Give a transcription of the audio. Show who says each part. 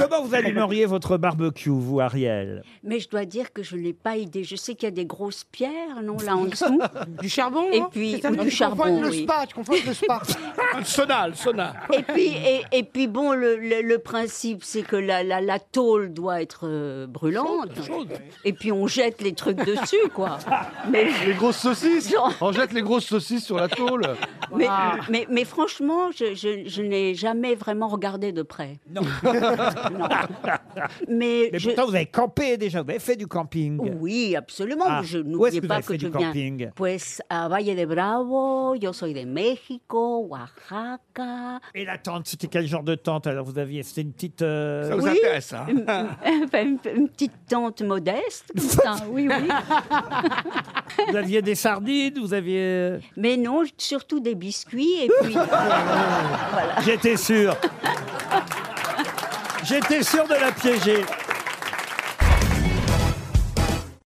Speaker 1: Comment vous allumeriez votre barbecue, vous, Ariel
Speaker 2: Mais je dois dire que je n'ai pas idée. Je sais qu'il y a des grosses pierres, non, là en dessous.
Speaker 3: Du charbon
Speaker 2: Et
Speaker 3: hein
Speaker 2: puis-
Speaker 3: C'est ça,
Speaker 2: ou
Speaker 3: tu confonds
Speaker 2: du
Speaker 3: avec
Speaker 2: charbon,
Speaker 3: le
Speaker 2: oui.
Speaker 3: spa, tu confonds avec le spa.
Speaker 4: Le sauna, le sauna.
Speaker 2: Et puis, et, et puis bon, le, le- le principe, c'est que la, la, la tôle doit être euh, brûlante. Et puis on jette les trucs dessus, quoi. Mais,
Speaker 5: Les grosses saucisses
Speaker 2: Genre-
Speaker 5: On jette les grosses saucisses sur la tôle.
Speaker 2: mais, mais, mais franchement, je, je- je n'ai jamais vraiment regardé de près.
Speaker 1: Non.
Speaker 2: Non. Mais,
Speaker 1: Mais
Speaker 2: je-
Speaker 1: pourtant, vous avez campé déjà, vous avez fait du camping.
Speaker 2: Oui, absolument.
Speaker 1: Ah,
Speaker 2: je
Speaker 1: où est-ce
Speaker 2: n'oubliez
Speaker 1: que vous
Speaker 2: pas
Speaker 1: avez
Speaker 2: que
Speaker 1: fait
Speaker 2: je
Speaker 1: du
Speaker 2: viens.
Speaker 1: camping
Speaker 2: Pues à Valle de Bravo, yo soy de México, Oaxaca.
Speaker 1: Et la tente, c'était quel genre de tente Alors, vous aviez, c'était une petite. euh,
Speaker 4: Ça vous
Speaker 2: Oui.
Speaker 4: intéresse, hein
Speaker 2: Une- Enfin, une, une petite tente modeste, comme ça, oui, oui.
Speaker 1: vous aviez des sardines, vous aviez. euh,
Speaker 2: Mais non, surtout des biscuits et puis.
Speaker 1: J'étais sûr. J'étais sûr de la piéger.